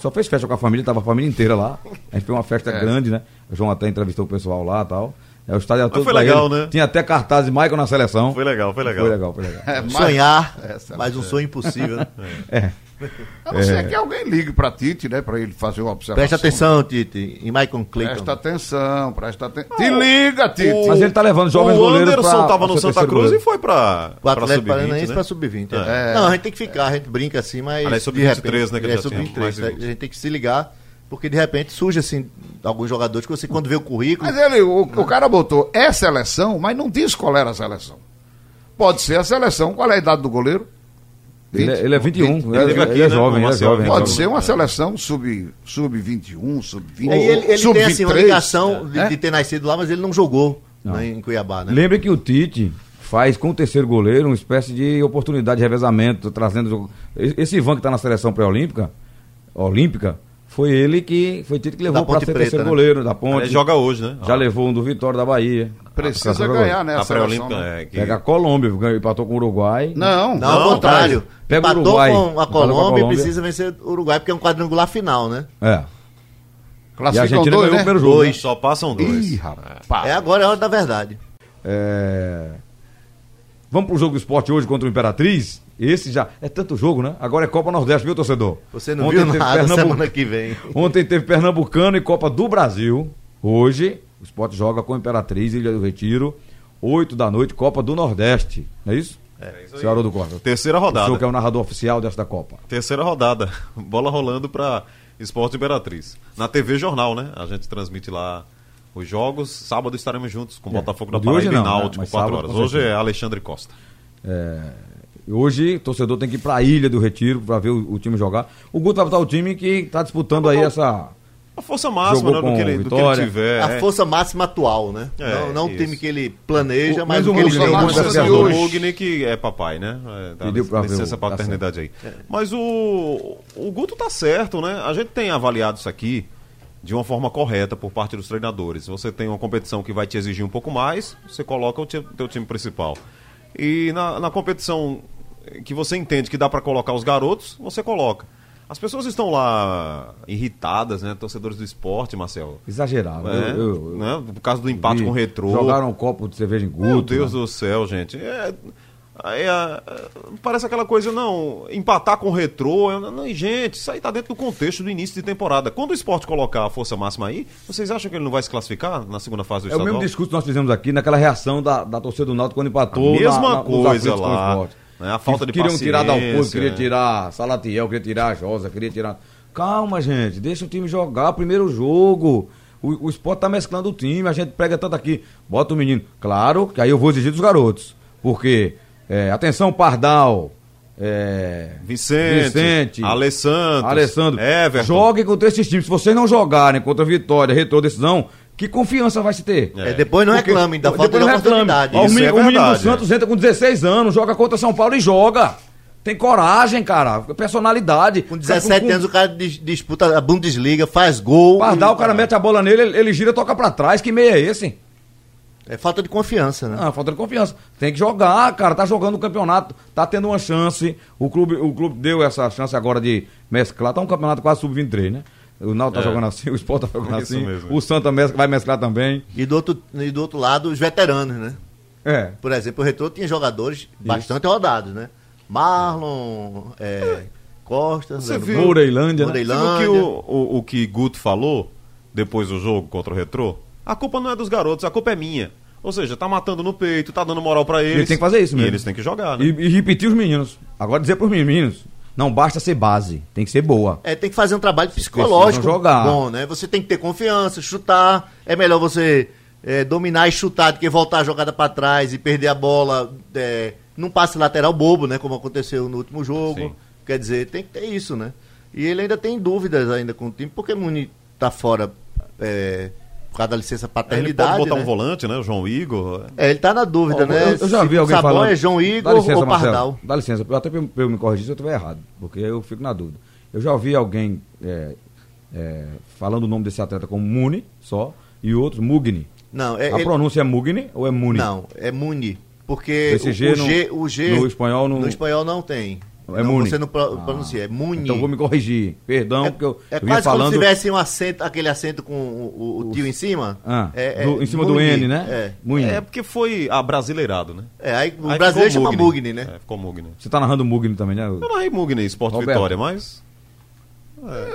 S3: Só fez festa com a família, tava a família inteira lá. A gente fez uma festa
S4: É.
S3: grande, né? O João até entrevistou o pessoal lá e tal. É, o estádio era todo
S6: foi
S3: pra
S6: legal,
S3: ele.
S6: né?
S3: Tinha até cartaz de Michael na seleção.
S6: Foi legal, foi legal.
S3: Foi legal, foi
S6: [LAUGHS]
S3: legal.
S4: É, mas-
S5: Um Sonhar, [LAUGHS]
S4: Essa-
S5: mas um sonho impossível. né?
S4: A não ser que alguém ligue para Tite, né? Para ele fazer uma observação.
S5: Presta atenção, então. Tite, em Michael Clayton.
S4: Presta atenção, presta atenção. Te liga, Tite.
S3: Mas ele tá levando jovens
S6: o
S3: goleiros
S6: Anderson
S3: pra-
S6: tava
S3: pra
S6: no
S3: ser
S6: Santa
S3: terceiro
S6: Cruz
S3: goleiro.
S6: e foi pra,
S5: O
S6: pra
S5: Atlético
S6: sub-20.
S5: Paranaense
S6: Né?
S5: para sub-20.
S6: É.
S5: é. Não, a gente tem que ficar, a gente brinca assim, mas.
S6: Aliás,
S5: de
S6: sub-23,
S5: repente-
S6: né, que ele
S5: é,
S6: já tinha, mais de
S5: sub-23. né?
S6: vinte.
S5: A gente tem que se ligar, porque de repente surge assim alguns jogadores que você, quando vê o currículo.
S4: Mas ele, o, o cara botou é seleção, mas não diz qual era a seleção. Pode ser a seleção, qual é a idade do goleiro?
S3: Ele, é- ele é 21, ele, é-
S6: teve aqui,
S3: ele é
S6: né,
S3: jovem,
S6: com o
S3: ele é
S6: Marcelo.
S3: jovem. ele é
S4: um. Pode
S3: jovem.
S4: ser uma seleção sub-21, sub um, sub-20.
S5: Aí ele, ele tem assim, uma ligação de,
S4: né?
S5: de ter nascido lá, mas ele não jogou né, em Cuiabá, né?
S3: Lembre que o Tite faz com o terceiro goleiro uma espécie de oportunidade de revezamento, trazendo. jogo- E- Esse Ivan que está na seleção pré-olímpica, olímpica, foi ele que. Foi o Tite que levou para
S5: Ponte
S3: ser
S5: Preta,
S3: terceiro
S5: né?
S3: goleiro da ponte.
S6: Ele joga hoje, né?
S3: Já levou um do Vitória da Bahia.
S4: Precisa
S3: Agora,
S4: ganhar, né?
S6: a
S4: A seleção,
S6: pré-olímpica.
S4: né?
S6: é, que-
S3: Pega a Colômbia, ganhou- empatou com o Uruguai.
S4: Não,
S5: Não, ao
S6: Não,
S5: contrário.
S3: pega o
S5: Empatou
S3: Uruguai,
S5: com
S3: empatou
S5: a
S3: com a
S5: Colômbia
S3: Colômbia.
S5: e precisa vencer o Uruguai, porque é um quadrangular final, né?
S3: É. E a
S4: classificam
S3: Argentina ganhou
S4: dois,
S3: o
S4: né?
S3: primeiro jogo. né?
S6: Só passam dois.
S4: Ih, rapaz.
S5: É agora é a hora da verdade.
S3: É, Vamos pro jogo do esporte hoje contra o Imperatriz? Esse já. É tanto jogo, né? Agora é Copa Nordeste, viu, torcedor?
S5: Você não
S3: Ontem
S5: viu
S3: teve
S5: nada
S3: Pernambu-
S5: semana que vem.
S3: Ontem teve Pernambucano e Copa do Brasil. Hoje, o esporte joga com a Imperatriz, Ilha do Retiro. 8 da noite, Copa do Nordeste. Não é isso? É, isso aí. Senhor Haroldo Costa.
S6: Terceira
S3: O senhor que
S6: rodada.
S3: é o narrador oficial desta Copa.
S6: Terceira rodada. [LAUGHS] Bola rolando para Esporte Imperatriz. Na TV Jornal, né? A gente transmite lá os jogos. Sábado estaremos juntos com o Botafogo da
S3: De hoje
S6: Paraíba e
S3: É, não, né?
S6: Náutico,
S3: Mas
S6: 4
S3: sábado,
S6: horas.
S3: com
S6: Hoje é
S3: certeza.
S6: Alexandre Costa.
S3: E É, Hoje, o torcedor tem que ir pra Ilha do Retiro pra ver o, o time jogar. O Guto vai botar o time que tá disputando aí essa.
S6: A força máxima
S3: Jogou
S6: né, do, que
S3: com
S6: ele, do que ele
S3: Vitória.
S6: tiver.
S5: a
S6: é.
S5: força máxima atual, né?
S6: É,
S5: não não o
S6: isso.
S5: time que ele planeja,
S3: O- mas
S5: mas, o
S3: o
S5: que ele
S3: Rubens
S5: vem
S4: Alves
S6: Mas é
S4: Mas
S6: você
S5: conquistando.
S4: de
S6: o
S4: hoje-
S6: Mugni que é papai, né? É, dá
S3: Pediu pra ver
S6: licença
S3: o- tá
S6: paternidade aí. Mas o, o Guto tá certo, né? A gente tem avaliado isso aqui de uma forma correta por parte dos treinadores. Você tem uma competição que vai te exigir um pouco mais, você coloca o ti- teu time principal. E na, na competição que você entende que dá pra colocar os garotos, você coloca. As pessoas estão lá irritadas, né? Torcedores do esporte, Marcel.
S3: Exagerado.
S6: É,
S3: Eu- eu- eu
S6: né? Por causa do empate
S3: vi.
S6: com o retrô.
S3: Jogaram um copo de cerveja em
S6: Meu
S3: Guto.
S6: Deus
S3: né?
S6: do céu, gente. É, aí, ah, parece aquela coisa, não, empatar com o retrô. é- não, gente, isso aí tá dentro do contexto do início de temporada. Quando o esporte colocar a força máxima aí, vocês acham que ele não vai se classificar na segunda fase
S3: É o
S6: do estadual?
S3: mesmo discurso que nós fizemos aqui naquela reação da, da torcida do Náutico quando empatou.
S6: A mesma
S3: na- na- nos
S6: coisa
S3: aflitos com o
S6: lá,
S3: Sport.
S6: né? A falta de
S3: Queriam tirar Dalpozo,
S6: paciência,
S3: queria
S6: né?
S3: tirar Salatiel, queria tirar Josa, queria tirar. Calma, gente, deixa o time jogar o primeiro jogo. O, o esporte tá mesclando o time, a gente prega tanto aqui. Bota o menino. Claro que aí eu vou exigir dos garotos. Porque, é, atenção, Pardal. é,
S6: Vicente, Alessandro,
S3: Alessandro.
S6: Everton.
S3: Joguem contra esses times. Se vocês não jogarem contra Vitória, Retrô, Decisão, que confiança vai se ter?
S5: É, depois não
S3: Porque-
S5: reclame, ainda falta
S3: depois
S5: de
S3: não reclame.
S5: oportunidade.
S3: Ó, o,
S6: Isso
S3: menino,
S6: é
S3: o menino
S6: verdade,
S3: do Santos entra com 16 anos, joga contra São Paulo e joga. Tem coragem, cara. Personalidade.
S5: Com 17 anos o cara é dis- disputa a Bundesliga, faz gol.
S3: Pardal,
S5: e-
S3: o cara mete a bola nele, ele, ele gira, toca pra trás. Que meia é esse?
S5: É falta de confiança, né?
S3: Ah, falta de confiança. Tem que jogar, cara. Tá jogando o campeonato, tá tendo uma chance. O clube, o clube deu essa chance agora de mesclar. Tá um campeonato quase sub-23, né? O Náutico tá jogando assim, o Sport tá jogando
S6: É. Isso
S3: assim.
S6: mesmo.
S3: O Santa mescla- vai mesclar também.
S5: E, do outro, e do outro lado, os veteranos, né?
S3: É.
S5: Por exemplo, o Retrô tinha jogadores bastante rodados, né? Marlon, é, Costa,
S6: Você
S5: Leandro
S6: viu-
S5: Gomes,
S3: Moreilândia, né?
S6: Você viu que o, o, o que Guto falou depois do jogo contra o Retrô? A culpa não é dos garotos, a culpa é minha. Ou seja, tá matando no peito, tá dando moral pra eles.
S3: Ele tem que fazer isso mesmo.
S6: E eles têm que jogar, né?
S3: E, e repetir os meninos. Agora dizer pros meninos, não basta ser base, tem que ser boa.
S5: É, tem que fazer um trabalho psicológico
S3: precisam jogar.
S5: bom, né? Você tem que ter confiança, chutar. É melhor você é, dominar e chutar do que voltar a jogada pra trás e perder a bola é, num passe lateral bobo, né? Como aconteceu no último jogo.
S6: Sim.
S5: Quer dizer, tem que ter isso, né? E ele ainda tem dúvidas ainda com o time, porque Muni tá fora é, por causa da licença
S6: Ele
S5: paternidade.
S6: pode botar
S5: né?
S6: um volante, né? O João Igor.
S5: É, ele tá na dúvida, né?
S3: Eu, eu já
S5: Se
S3: vi alguém
S5: Sabão
S3: falando.
S5: é João Igor
S3: Dá licença,
S5: ou
S3: Marcelo.
S5: Pardal.
S3: Dá licença, eu até pra, eu- pra eu me corrigir se eu estiver errado, porque eu fico na dúvida. Eu já ouvi alguém é, é, falando o nome desse atleta como Muni só e outros Mugni.
S5: Não, é,
S3: A
S5: ele-
S3: pronúncia é Mugni ou é Muni?
S5: Não, é Muni. Porque
S3: Esse G
S5: o,
S3: não-
S5: G, o G
S3: no espanhol não-
S5: no espanhol não tem.
S3: É
S5: não,
S3: Muni.
S5: Você não pro-
S3: Ah,
S5: pronuncia, é Muni.
S3: Então eu vou me corrigir. Perdão,
S5: é,
S3: porque eu,
S5: é
S3: eu vinha
S5: quase como
S3: falando.
S5: se tivesse um acento, aquele acento com o, o- o tio em cima.
S3: Ah,
S5: É- é
S3: do- em cima do
S5: Muni.
S3: N, né?
S5: É.
S3: Muni.
S6: É, é porque foi abrasileirado, né?
S5: É, aí o
S6: Aí
S5: brasileiro
S6: ficou
S5: chama Mugni, né?
S6: É, ficou Mugni.
S3: Você tá narrando Mugni também, né?
S6: Eu narrei Mugni, Sport
S3: Roberto.
S6: Vitória, mas.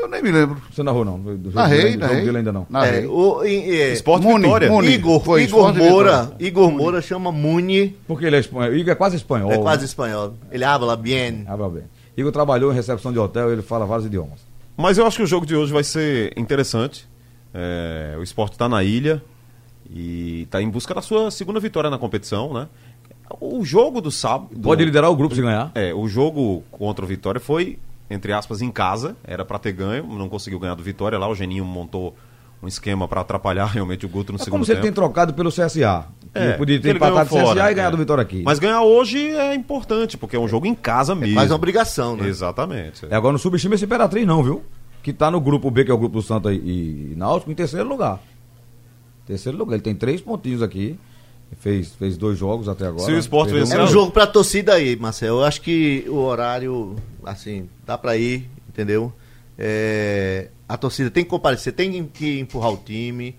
S4: Eu nem me lembro.
S3: Você narrou não? Do jogo dele-
S4: Narrei,
S3: do jogo
S4: narrei.
S3: dele ainda não.
S4: Narrei.
S5: É, o, e- é,
S6: Sport
S4: Ah, Muni,
S6: Vitória.
S4: Muni.
S5: Igor,
S4: Foi,
S5: Igor
S4: Sport e
S5: Moura.
S4: Vitória.
S5: Igor Moura chama Muni.
S3: Porque ele é espanhol. Igor é quase espanhol.
S5: É
S3: né?
S5: quase espanhol. Ele habla bien.
S3: Ah, bem. Igor trabalhou em recepção de hotel, ele fala vários idiomas.
S6: Mas eu acho que o jogo de hoje vai ser interessante. É, o esporte está na ilha e está em busca da sua segunda vitória na competição, né? O jogo do sábado.
S3: Pode liderar o grupo se ganhar.
S6: É, o jogo contra o Vitória foi, entre aspas, em casa. Era para ter ganho, não conseguiu ganhar do Vitória lá. O Geninho montou um esquema para atrapalhar [LAUGHS] realmente o Guto no
S3: É
S6: segundo
S3: como se ele
S6: tempo.
S3: tem trocado pelo CSA. ele podia
S6: É, porque
S3: ter
S6: ele ganhou
S3: empatado o
S6: fora,
S3: CSA e ganhado
S6: é.
S3: o Vitória aqui.
S6: Mas ganhar hoje é importante, porque é um jogo em casa mesmo.
S5: Faz uma obrigação, né?
S6: Exatamente.
S3: É, agora não subestima esse Imperatriz, não, viu? Que tá no grupo B, que é o grupo do Santa e, e Náutico, em terceiro lugar. Terceiro lugar. Ele tem três pontinhos aqui. Fez, fez dois jogos até agora.
S6: Se o Sport
S3: Perdeu
S6: vencer-
S5: É um
S6: Não.
S5: jogo pra torcida aí, Marcel. Eu acho que o horário, assim, dá pra ir, entendeu? É, a torcida tem que comparecer, tem que empurrar o time,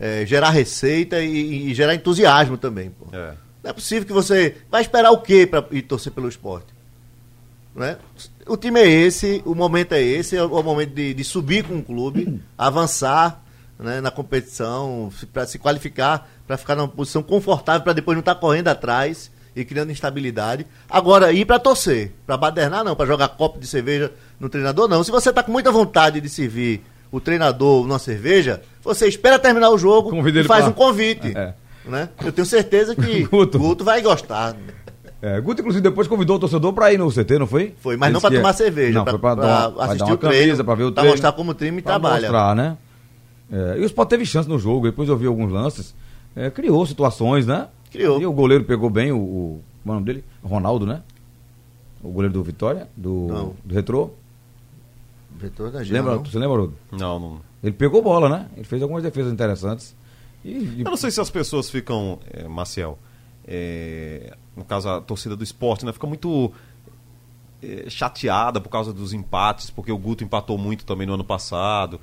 S5: é, gerar receita e, e gerar entusiasmo também. pô.
S6: É.
S5: Não é possível que você. Vai esperar o quê pra ir torcer pelo esporte? Né? O time é esse, o momento é esse, é o momento de, de subir com
S3: [CLEARS THROAT]
S5: o clube, avançar né, na competição, para se qualificar, para ficar numa posição confortável, para depois não estar correndo atrás e criando instabilidade. Agora, ir para torcer, para badernar não, para jogar copo de cerveja no treinador não. Se você está com muita vontade de servir o treinador numa cerveja, você espera terminar o jogo
S3: Convida
S5: e
S3: ele
S5: faz
S3: pra-
S5: um convite.
S3: É.
S5: Né? Eu tenho certeza que
S3: [LAUGHS] Guto.
S5: o Guto vai gostar.
S3: É, Guto, inclusive, depois convidou o torcedor pra ir no CT, não foi?
S5: Foi, mas
S3: Disse
S5: não pra
S3: que é-
S5: tomar cerveja,
S3: Não,
S5: pra-
S3: foi pra,
S5: pra
S3: dar uma- pra
S5: assistir
S3: dar uma
S5: o treino,
S3: camisa, pra ver o
S5: pra
S3: treiro,
S5: mostrar como o time
S3: pra
S5: trabalha.
S3: mostrar, né? É, e o Sport teve chance no jogo, depois eu vi alguns lances. É, criou situações, né?
S5: Criou.
S3: E o goleiro pegou bem o, o, como é o nome dele? Ronaldo, né? O goleiro do Vitória, do,
S5: Não.
S3: do Retrô.
S5: Vetor da Gema,
S3: Lembra,
S5: não?
S3: você lembra, Rodo?
S6: Não, não.
S3: Ele pegou bola, né? Ele fez algumas defesas interessantes. E, e-
S6: Eu não sei se as pessoas ficam, é, eh, Maciel, eh, no caso a torcida do esporte, né? Fica muito eh, chateada por causa dos empates, porque o Guto empatou muito também no ano passado.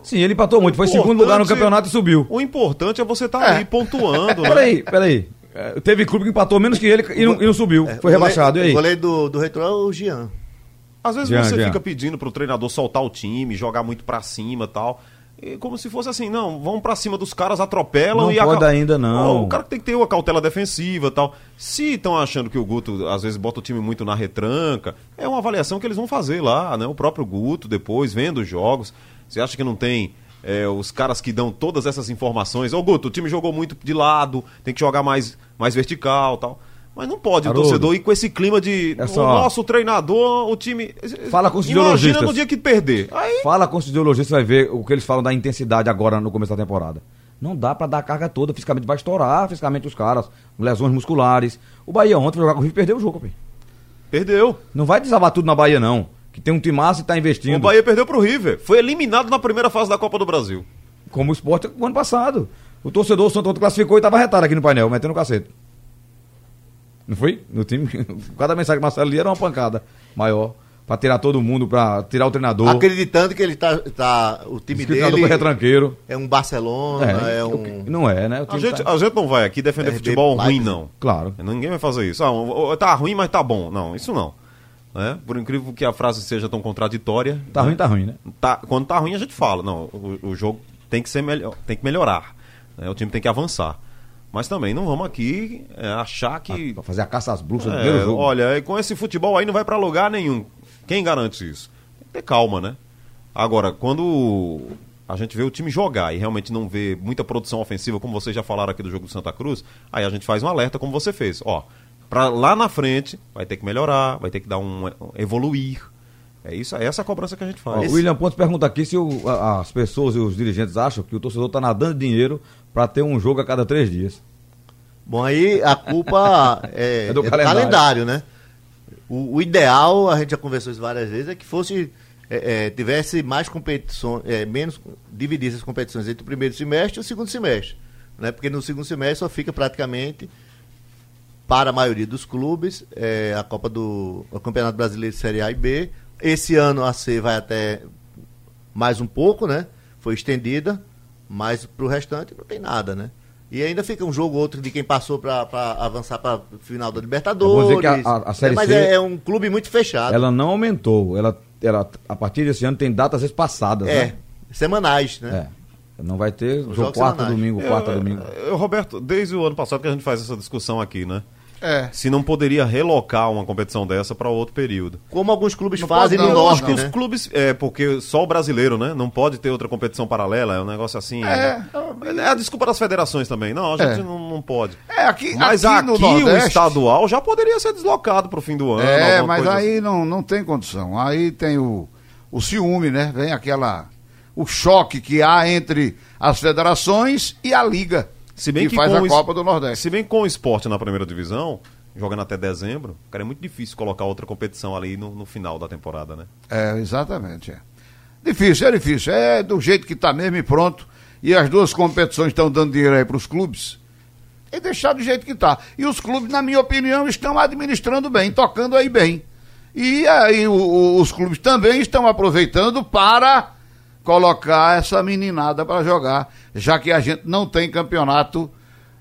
S3: Sim, ele empatou muito. Foi segundo lugar no
S6: Importante-
S3: campeonato e subiu.
S6: O importante é você estar tá aí
S3: [LAUGHS]
S6: pontuando. né?
S3: Peraí, peraí. É, Teve clube que empatou menos que ele e não, e não subiu.
S5: É,
S3: Foi
S5: o goleiro-
S3: rebaixado. E aí?
S5: O goleiro do, do retrô é o Jean.
S6: Às vezes
S3: Jean,
S6: você
S3: Jean.
S6: fica pedindo pro treinador soltar o time, jogar muito pra cima e tal. E como se fosse assim, não, vão pra cima dos caras, atropelam
S3: Não
S6: e... aca-
S3: pode ainda, não.
S6: Ó, o cara tem que ter uma cautela defensiva e tal. Se estão achando que o Guto, às vezes, bota o time muito na retranca, é uma avaliação que eles vão fazer lá, né? O próprio Guto, depois, vendo os jogos. Você acha que não tem... é, os caras que dão todas essas informações. Ô, Guto, o time jogou muito de lado, tem que jogar mais, mais vertical e tal. Mas não pode
S3: Haroldo.
S6: o torcedor ir com esse clima de.
S3: É só-
S6: o nosso treinador, o time.
S3: Fala com os
S6: Imagina
S3: ideologistas.
S6: no dia que perder. Aí,
S3: Fala com os ideologistas, você vai ver o que eles falam da intensidade agora no começo da temporada. Não dá pra dar a carga toda, fisicamente vai estourar fisicamente os caras, lesões musculares. O Bahia ontem foi jogar com o Rio e perdeu o jogo, pô.
S6: perdeu.
S3: Não vai desabar tudo na Bahia, não. Que tem um timaço e tá investindo.
S6: O Bahia perdeu pro River. Foi eliminado na primeira fase da Copa do Brasil.
S3: Como o esporte no ano passado. O torcedor do Santo Antônio classificou e tava retado aqui no painel, metendo o cacete. Não foi? No time. [LAUGHS] Cada mensagem que o Marcelo lia era uma pancada maior. Pra tirar todo mundo, pra tirar o treinador.
S5: Acreditando que ele tá. tá o time
S3: Diz que o treinador
S5: dele.
S3: foi retranqueiro.
S5: É um Barcelona, é,
S3: o
S5: um.
S3: que- Não é, né? O
S6: A
S3: time
S6: gente,
S3: tá-
S6: a gente não vai aqui defender
S5: RB
S6: futebol ruim,
S5: Leipzig.
S6: não.
S3: Claro.
S6: Ninguém vai fazer isso. Ah, o- o- tá ruim, mas tá bom. Não, isso não. Né? Por incrível que a frase seja tão contraditória.
S3: Tá
S6: né?
S3: ruim, tá ruim, né?
S6: Tá- quando tá ruim, a gente fala. Não, o, o jogo tem que ser melhor, tem que melhorar. né? O time tem que avançar. Mas também não vamos aqui é, achar que.
S3: Pra fazer a caça às bruxas do
S6: É,
S3: primeiro jogo.
S6: olha, e com esse futebol aí não vai pra lugar nenhum. Quem garante isso? Tem que ter calma, né? Agora, quando a gente vê o time jogar e realmente não vê muita produção ofensiva, como vocês já falaram aqui do jogo do Santa Cruz, aí a gente faz um alerta como você fez. Ó, pra lá na frente vai ter que melhorar, vai ter que dar um evoluir. É isso, é essa a cobrança que a gente
S3: Ó,
S6: faz.
S3: O William Pontes pergunta aqui se o- a- as pessoas e os dirigentes acham que o torcedor tá nadando dinheiro pra ter um jogo a cada três dias.
S5: Bom, aí a culpa
S3: [LAUGHS]
S5: é,
S3: É do
S5: é do
S3: calendário.
S5: calendário, né? O, o ideal, a gente já conversou isso várias vezes, é que fosse. é, é, tivesse mais competições, é, menos dividisse as competições entre o primeiro semestre e o segundo semestre. Né? Porque no segundo semestre só fica praticamente, para a maioria dos clubes, é, a Copa do. O Campeonato Brasileiro de Série A e B. Esse ano a C vai até mais um pouco, né? Foi estendida, mas pro restante não tem nada, né? E ainda fica um jogo ou outro de quem passou pra pra avançar pra final da Libertadores.
S3: Eu vou É dizer que a- a- a Série
S5: É, mas
S3: C-
S5: é, é um clube muito fechado.
S3: Ela não aumentou. Ela, ela, a partir desse ano tem datas espaçadas,
S5: é,
S3: né?
S5: semanais, né?
S3: É. Não vai ter jogo
S5: jogos
S3: quarta,
S5: semanais.
S6: é
S3: domingo, quarta, domingo.
S6: Eu, Roberto, desde o ano passado que a gente faz essa discussão aqui, né?
S4: É.
S6: Se não poderia relocar uma competição dessa pra outro período.
S5: Como alguns clubes
S4: Não
S5: fazem
S4: pode
S5: no
S4: dar,
S6: Eu acho que
S5: norte,
S6: os
S5: né?
S6: clubes. É, porque só o brasileiro, né? Não pode ter outra competição paralela. É um negócio assim. né? É, a desculpa das federações também. Não, a gente
S4: É.
S6: não, não pode.
S4: É, aqui,
S6: Mas
S4: aqui
S6: aqui,
S4: no
S6: o
S4: Nordeste-
S6: estadual já poderia ser deslocado pro fim do ano.
S4: É,
S6: alguma
S4: mas
S6: coisa assim.
S4: aí não, não tem condição. Aí tem o, o ciúme, né? Vem aquela. O choque que há entre as federações e a Liga.
S6: Se bem
S4: que,
S6: que
S4: faz
S6: com
S4: a
S6: o es-
S4: Copa do Nordeste.
S6: Se bem que com o esporte na primeira divisão, jogando até dezembro, cara, é muito difícil colocar outra competição ali no, no final da temporada, né?
S4: É, exatamente. É. Difícil, é difícil. É do jeito que tá mesmo e pronto. E as duas competições estão dando dinheiro aí pros clubes. E deixar do jeito que tá. E os clubes, na minha opinião, estão administrando bem, tocando aí bem. E aí o- o- os clubes também estão aproveitando para colocar essa meninada para jogar, já que a gente não tem campeonato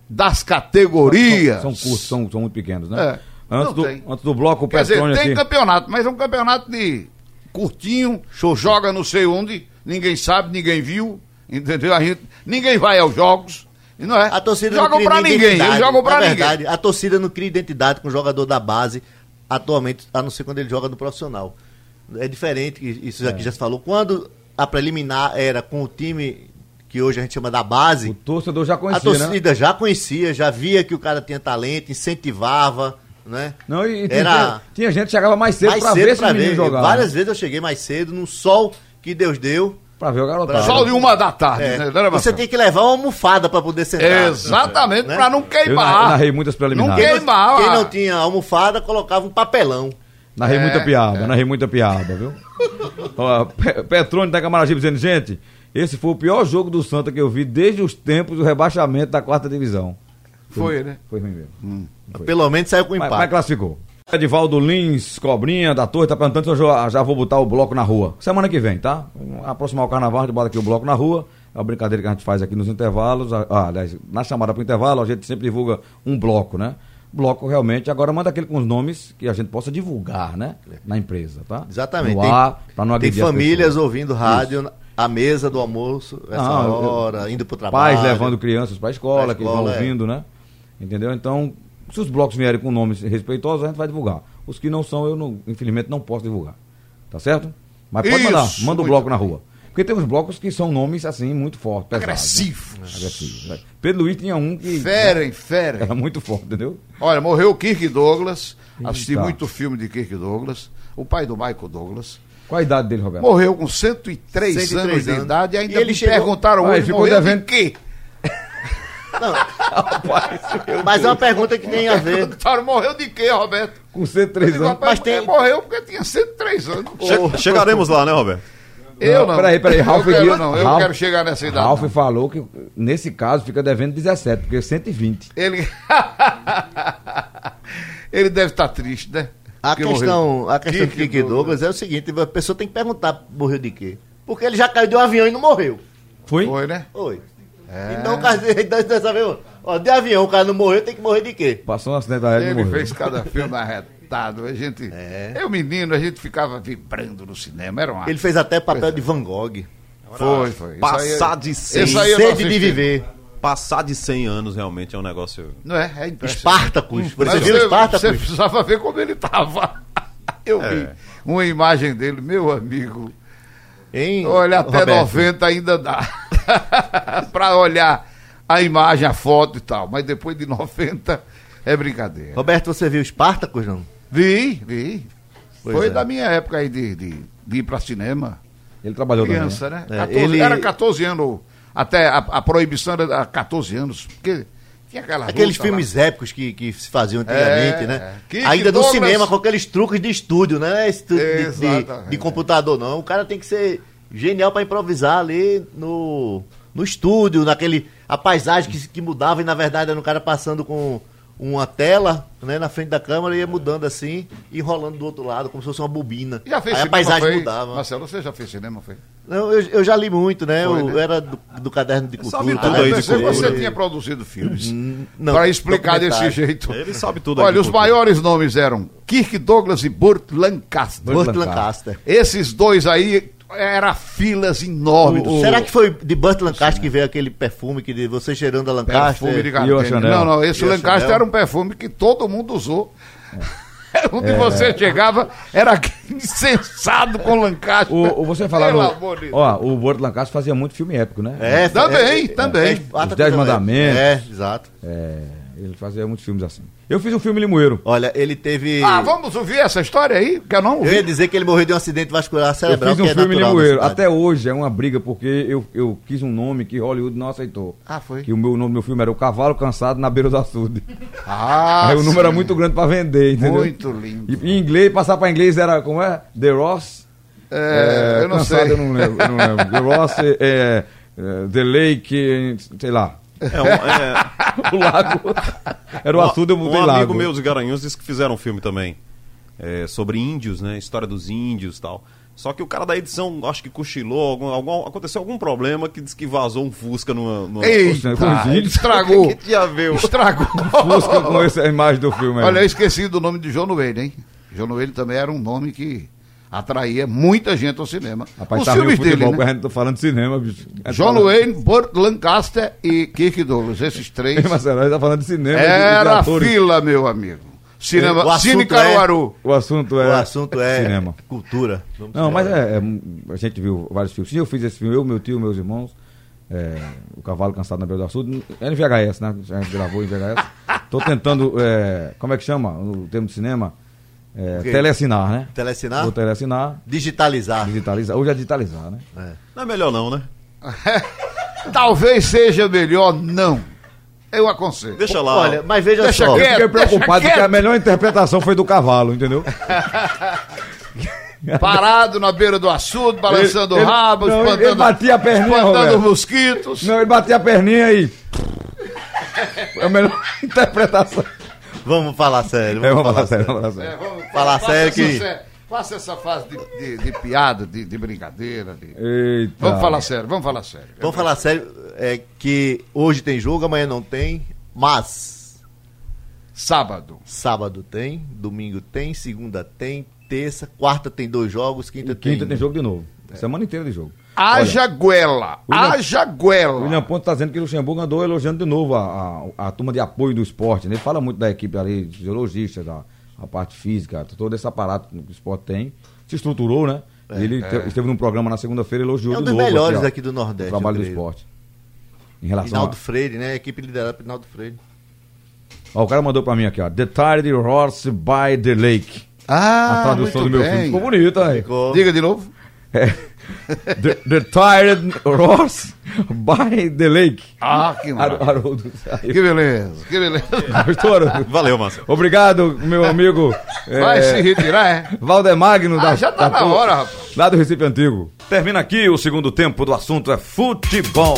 S4: das categorias.
S3: São curtos, são, são muito pequenos, né?
S4: É.
S3: Antes,
S4: Não
S3: do,
S4: tem.
S3: antes do bloco, o
S4: Quer dizer,
S3: Petrônio assim.
S4: tem
S3: aqui.
S4: campeonato, mas é um campeonato de curtinho, joga não sei onde, ninguém sabe, ninguém viu, entendeu? A gente, ninguém vai aos jogos, e não é?
S5: A torcida
S4: jogam pra ninguém, eles
S5: identidade.
S4: jogam pra
S5: Na
S4: ninguém.
S5: verdade, A torcida não cria identidade com o jogador da base atualmente, a não ser quando ele joga no profissional. É diferente, e isso
S3: É.
S5: aqui já se falou. Quando a preliminar era com o time que hoje a gente chama da base,
S3: O torcedor já
S5: a
S3: conhecia, né?
S5: torcida já conhecia, já via que o cara tinha talento, incentivava, né?
S3: Não, e, e tinha,
S5: era
S3: tinha gente que chegava mais cedo
S5: mais
S3: pra
S5: cedo
S3: ver esse
S5: pra
S3: menino
S5: ver.
S3: jogar. né?
S5: Várias vezes eu cheguei mais cedo, num sol que Deus deu.
S3: Pra ver o garotado.
S4: Só de uma da tarde, né?
S5: É,
S4: Não era,
S5: você
S4: Marcelo?
S5: tem que levar uma almofada pra poder sentar.
S4: Exatamente,
S5: né?
S4: pra não
S3: Eu na- eu
S4: queimar.
S3: narrei muitas preliminares.
S4: Não
S5: Quem não,
S4: Queimava.
S5: quem não tinha almofada colocava um papelão.
S3: Narrei
S4: É,
S3: muita piada, narrei muita piada, viu? Ó, Pe- Petrônio da Camaragibe dizendo, gente, esse foi o pior jogo do Santa que eu vi desde os tempos do rebaixamento da quarta divisão.
S4: Foi, né?
S3: Foi ruim mesmo.
S5: Pelo menos saiu com
S3: Mas,
S5: empate.
S3: mas classificou. Edivaldo Lins, Cobrinha da Torre, tá perguntando se eu já, já vou botar o bloco na rua. Semana que vem, tá? Aproximar o carnaval, a gente bota aqui o bloco na rua. É a brincadeira que a gente faz aqui nos intervalos. Ah, aliás, na chamada pro intervalo, a gente sempre divulga um bloco, né? Bloco realmente, agora manda aquele com os nomes que a gente possa divulgar, né? Na empresa, tá?
S5: É. Exatamente.
S3: No
S5: Tem-
S3: ar, pra não
S5: Tem
S3: agredir as
S5: famílias
S3: pessoas.
S5: ouvindo rádio, à mesa do almoço, essa
S3: Não, eu-
S5: hora, indo pro trabalho.
S3: Pais levando crianças para a escola,
S5: Pra
S3: que vão
S5: escola, é.
S3: ouvindo, né? Entendeu? Então, se os blocos vierem com nomes respeitosos, a gente vai divulgar. Os que não são, eu não- infelizmente não posso divulgar. Tá certo? Mas pode
S4: Isso,
S3: mandar, manda o
S4: muito
S3: bloco na rua. Porque tem uns blocos que são nomes assim muito fortes, pesados. né?
S4: Agressivos.
S3: Agressivos. né? Pedro Luiz tinha um que
S4: Ferem,
S3: [LAUGHS]
S4: ferem.
S3: era muito forte, entendeu?
S4: Olha, morreu o Kirk Douglas. Assisti
S3: Eita.
S4: muito filme de Kirk Douglas. O pai do Michael Douglas.
S3: Qual a idade dele, Roberto?
S4: Morreu com 103,
S5: 103
S4: anos de
S5: anos.
S4: idade e ainda
S5: E ele
S4: me
S5: chegou-
S4: perguntaram
S3: Ah, ele
S4: hoje,
S3: ficou
S4: morreu de
S3: devendo-
S4: quê?
S5: Mas é uma pergunta que tem a ver.
S4: Perguntaram, morreu de quê, Roberto?
S3: Com 103
S4: Eu digo,
S3: anos.
S4: rapaz,
S5: Mas tem-
S4: ele morreu porque tinha 103 anos.
S6: Che- chegaremos lá, né, Roberto?
S4: Eu não.
S3: Peraí, peraí, Ralph
S4: eu quero,
S3: Dias-
S4: não, eu
S3: Ralph-
S4: quero chegar nessa idade.
S3: Ralph
S4: não.
S3: falou que nesse caso fica devendo 17, porque é 120.
S4: Ele... [LAUGHS] ele deve estar triste, né?
S5: A
S4: Porque
S5: questão,
S4: morreu.
S5: a questão do Kiki Douglas é o seguinte: a pessoa tem que perguntar morreu de quê? Porque ele já caiu de um avião e não morreu.
S3: Foi?
S4: Foi, né?
S5: Oi.
S3: É.
S5: Então, o cara- então, dessa vez, ó, de avião, o cara não morreu, tem que morrer de quê?
S3: Passou um acidente aéreo e
S4: Ele
S3: morreu.
S4: fez cada filme arretado. A gente. Eu, menino, a gente ficava vibrando no cinema. Era uma.
S5: Ele fez até
S3: é.
S5: papel de Van Gogh.
S4: Foi, foi. Isso
S6: Passar
S4: aí,
S6: de 100.
S4: Isso
S3: é
S4: aí eu não
S5: Sede de
S4: assisti.
S5: viver.
S6: Passar de 100 anos realmente é um negócio.
S4: Não é? É impressionante.
S5: Espartacus.
S4: Mas
S5: Você viu
S4: Você
S5: Espartacus?
S4: precisava ver como ele tava. [LAUGHS] Eu
S6: É.
S4: vi uma imagem dele, meu amigo.
S5: Hein,
S4: Olha, até
S5: Roberto?
S4: 90 ainda dá. [LAUGHS] pra olhar a imagem, a foto e tal. Mas depois de 90 é brincadeira.
S5: Roberto, você viu Espartacus, não?
S4: Vi, vi.
S5: Pois
S4: Foi
S5: é.
S4: da minha época aí de, de, de ir pra cinema.
S3: Ele trabalhou
S4: criança,
S3: também.
S4: né?
S5: É,
S4: 14
S5: ele-
S4: Era 14 anos, até a, a proibição era a 14 anos, porque tinha aquela
S5: Aqueles
S4: luta
S5: filmes épicos que, que se faziam antigamente,
S4: Ah, É,
S5: né?
S4: é.
S5: Ainda
S4: Kirk
S5: no
S4: Douglas-
S5: cinema, com aqueles truques de estúdio, né? Estu- de- de,
S4: Exatamente.
S5: de computador, não. O cara tem que ser genial pra improvisar ali no, no estúdio, naquele. A paisagem que, se- que mudava e na verdade era um cara passando com uma tela né, na frente da câmera e ia mudando assim e rolando do outro lado, como se fosse uma bobina.
S4: Já fez
S5: Aí a
S4: cinema,
S5: paisagem
S4: foi?
S5: mudava.
S4: Marcelo, você já fez cinema, foi?
S5: Não, eu, eu já li muito, né?
S4: Foi,
S5: eu
S4: né?
S5: era do, do caderno de cultura.
S6: sabe tudo
S5: né?
S6: aí de
S4: Mas você,
S6: cultura.
S4: você tinha produzido filmes
S5: não,
S4: para explicar desse
S5: documentário.
S4: jeito.
S6: Ele sabe tudo aí
S4: Olha,
S6: de
S4: os
S6: cultura.
S4: maiores nomes eram Kirk Douglas e Burt Lancaster.
S5: Burt
S3: Lancaster.
S5: Lancaster.
S4: Esses dois aí eram filas enormes. do
S5: O- Será que foi de Burt Lancaster que veio aquele perfume que de você cheirando a Lancaster?
S4: perfume de
S3: E o
S4: Gardenia.
S3: Chanel? É.
S4: Não, não, esse
S5: E o
S4: Lancaster
S5: Chanel?
S4: era um perfume que todo mundo usou. [LAUGHS] Onde você chegava, era aquele insensado com Lancaster.
S3: O, o- você falar
S4: Pelo
S3: no-
S4: amor de Deus.
S3: Ó, o Bordo Lancaster fazia muito filme épico, né?
S5: É,
S4: Também, também.
S5: Esparta
S3: Os Dez
S5: também.
S3: Mandamentos.
S5: É, exato.
S3: É, ele fazia muitos filmes assim. Eu fiz um filme Limoeiro.
S5: Olha, ele teve.
S4: Ah, vamos ouvir essa história aí? Que eu não
S5: Eu
S4: ouvi.
S5: ia dizer que ele morreu de um acidente vascular
S3: Eu
S5: cerebral.
S3: fiz um
S5: que é
S3: filme
S5: natural
S3: Limoeiro.
S5: da cidade.
S3: Até hoje é uma briga porque eu, eu quis um nome que Hollywood não aceitou.
S4: Ah, foi.
S3: Que o meu nome do meu filme era O Cavalo Cansado na Beira do Açude.
S4: Ah,
S3: Aí o número era
S4: sim.
S3: muito grande pra vender, entendeu?
S4: Muito lindo.
S3: E, em inglês, passar pra inglês era, como é? The Ross.
S4: É, eu não
S3: cansado,
S4: sei.
S3: Eu não lembro. eu não lembro. The Ross, é, é, é, The Lake, é, sei lá.
S6: É, um, é,
S3: O lago. [LAUGHS] Era o açude, eu
S6: um
S3: mudei
S6: amigo
S3: lago.
S6: meu dos Garanhuns disse que fizeram um filme também é, sobre índios, né? História dos índios e tal. Só que o cara da edição, acho que cochilou, algum, algum- aconteceu algum problema que disse que vazou um Fusca numa. numa... [LAUGHS]
S4: Eita,
S3: Poxa, ele [LAUGHS]
S4: estragou.
S6: Já viu?
S4: Estragou.
S3: Fusca com essa imagem do filme né? aí.
S4: Olha, eu esqueci do nome de João Noelho, hein? João Noelho também era um nome que atraía muita gente ao cinema.
S3: Rapaz,
S4: Os
S3: tá
S4: filmes
S3: ruim o futebol,
S4: dele, né?
S3: porque a gente tá falando de cinema, bicho. É A gente
S4: John
S3: fala- [LAUGHS]
S4: Wayne, Burt Lancaster e Kirk Douglas, esses três.
S3: Marcelo, a gente tá falando de cinema. de- de
S4: Era a
S3: atores.
S4: fila, meu amigo. Cinema,
S5: É, o
S4: Cine
S5: assunto é-
S4: Caruaru. [LAUGHS]
S3: O assunto é.
S5: O assunto é
S3: Cinema.
S5: cultura. Vamos
S3: Não, mas
S5: embora.
S3: é, é- A gente viu vários filmes. Sim, eu fiz esse filme, eu, meu tio, meus irmãos. é, o Cavalo Cansado na Beira do Açude. Era em VHS, né? A gente gravou em VHS.
S4: [LAUGHS]
S3: Tô tentando. é, como é que chama o termo de cinema? É,
S5: O quê?
S3: Telecinar, né?
S5: Telecinar?
S3: Vou telecinar.
S5: Digitalizar.
S3: Digitalizar. Hoje é digitalizar, né?
S6: Não é melhor não, né?
S4: Talvez seja melhor não. Eu aconselho.
S6: Deixa lá.
S5: Olha, mas veja
S4: Deixa
S5: só.
S4: quieto.
S3: Eu fiquei
S4: deixa
S3: preocupado
S4: quieto.
S3: que a melhor interpretação foi do cavalo, entendeu?
S4: Parado na beira do açude, balançando
S3: Ele- ele-
S4: rabos,
S3: não, ele-
S4: espantando,
S3: ele batia a perninha,
S4: espantando
S3: Roberto.
S4: mosquitos.
S3: Não, ele batia a perninha e. É a melhor [LAUGHS] interpretação.
S5: Então Vamos falar sério.
S3: É, vamos falar sério, vamos falar sério.
S4: vamos
S5: Falar
S4: faça
S5: sério
S4: essa
S5: que-
S4: sé- Faça essa fase de, de- de piada, de, de brincadeira. de-
S3: É. Eita.
S4: É. Vamos falar sério, vamos falar sério.
S5: Vamos falar sério, é que hoje tem jogo, amanhã não tem, mas
S4: Sábado.
S5: sábado tem, domingo tem, segunda tem, terça, quarta tem dois jogos, quinta,
S3: E quinta
S5: tem.
S3: tem jogo de novo.
S4: É.
S3: Semana inteira de jogo.
S4: Haja guela,
S3: William-
S4: haja guela.
S3: O William Ponte está dizendo que o Luxemburgo andou elogiando de novo a, a, a turma de apoio do esporte. né? Ele fala muito da equipe ali, dos fisiologistas, da a parte física, todo esse aparato que o esporte tem. Se estruturou, né? E ele te- esteve num programa na segunda-feira e elogiou
S5: É um
S3: de
S5: dos
S3: novo,
S5: melhores
S3: assim, ó,
S5: aqui do Nordeste,
S3: O trabalho
S5: eu
S3: do
S5: creio.
S3: esporte. Em relação a,
S5: Rinaldo Freire, né? Equipe liderada por Rinaldo Freire.
S3: Ó, O cara mandou pra mim aqui, ó. The Tired Horse by the Lake.
S4: Ah,
S3: a tradução do meu
S4: muito bem.
S3: filme. Ficou bonita, aí. É.
S5: Ficou.
S4: Diga de novo.
S3: The, the Tired Horse by the Lake.
S4: Ah, que
S3: Har-
S4: maravilha.
S3: Haroldo. saiu.
S4: Que beleza, que beleza.
S3: Gostou, Haroldo?
S6: Valeu, Marcelo.
S3: Obrigado, meu amigo.
S4: Vai
S3: eh,
S4: se retirar, é?
S3: Valdemagno da,
S4: Ah, já tá
S3: da
S4: na
S3: turma,
S4: hora, rapaz.
S3: Lá do Recife Antigo. Termina aqui o segundo tempo do assunto é futebol.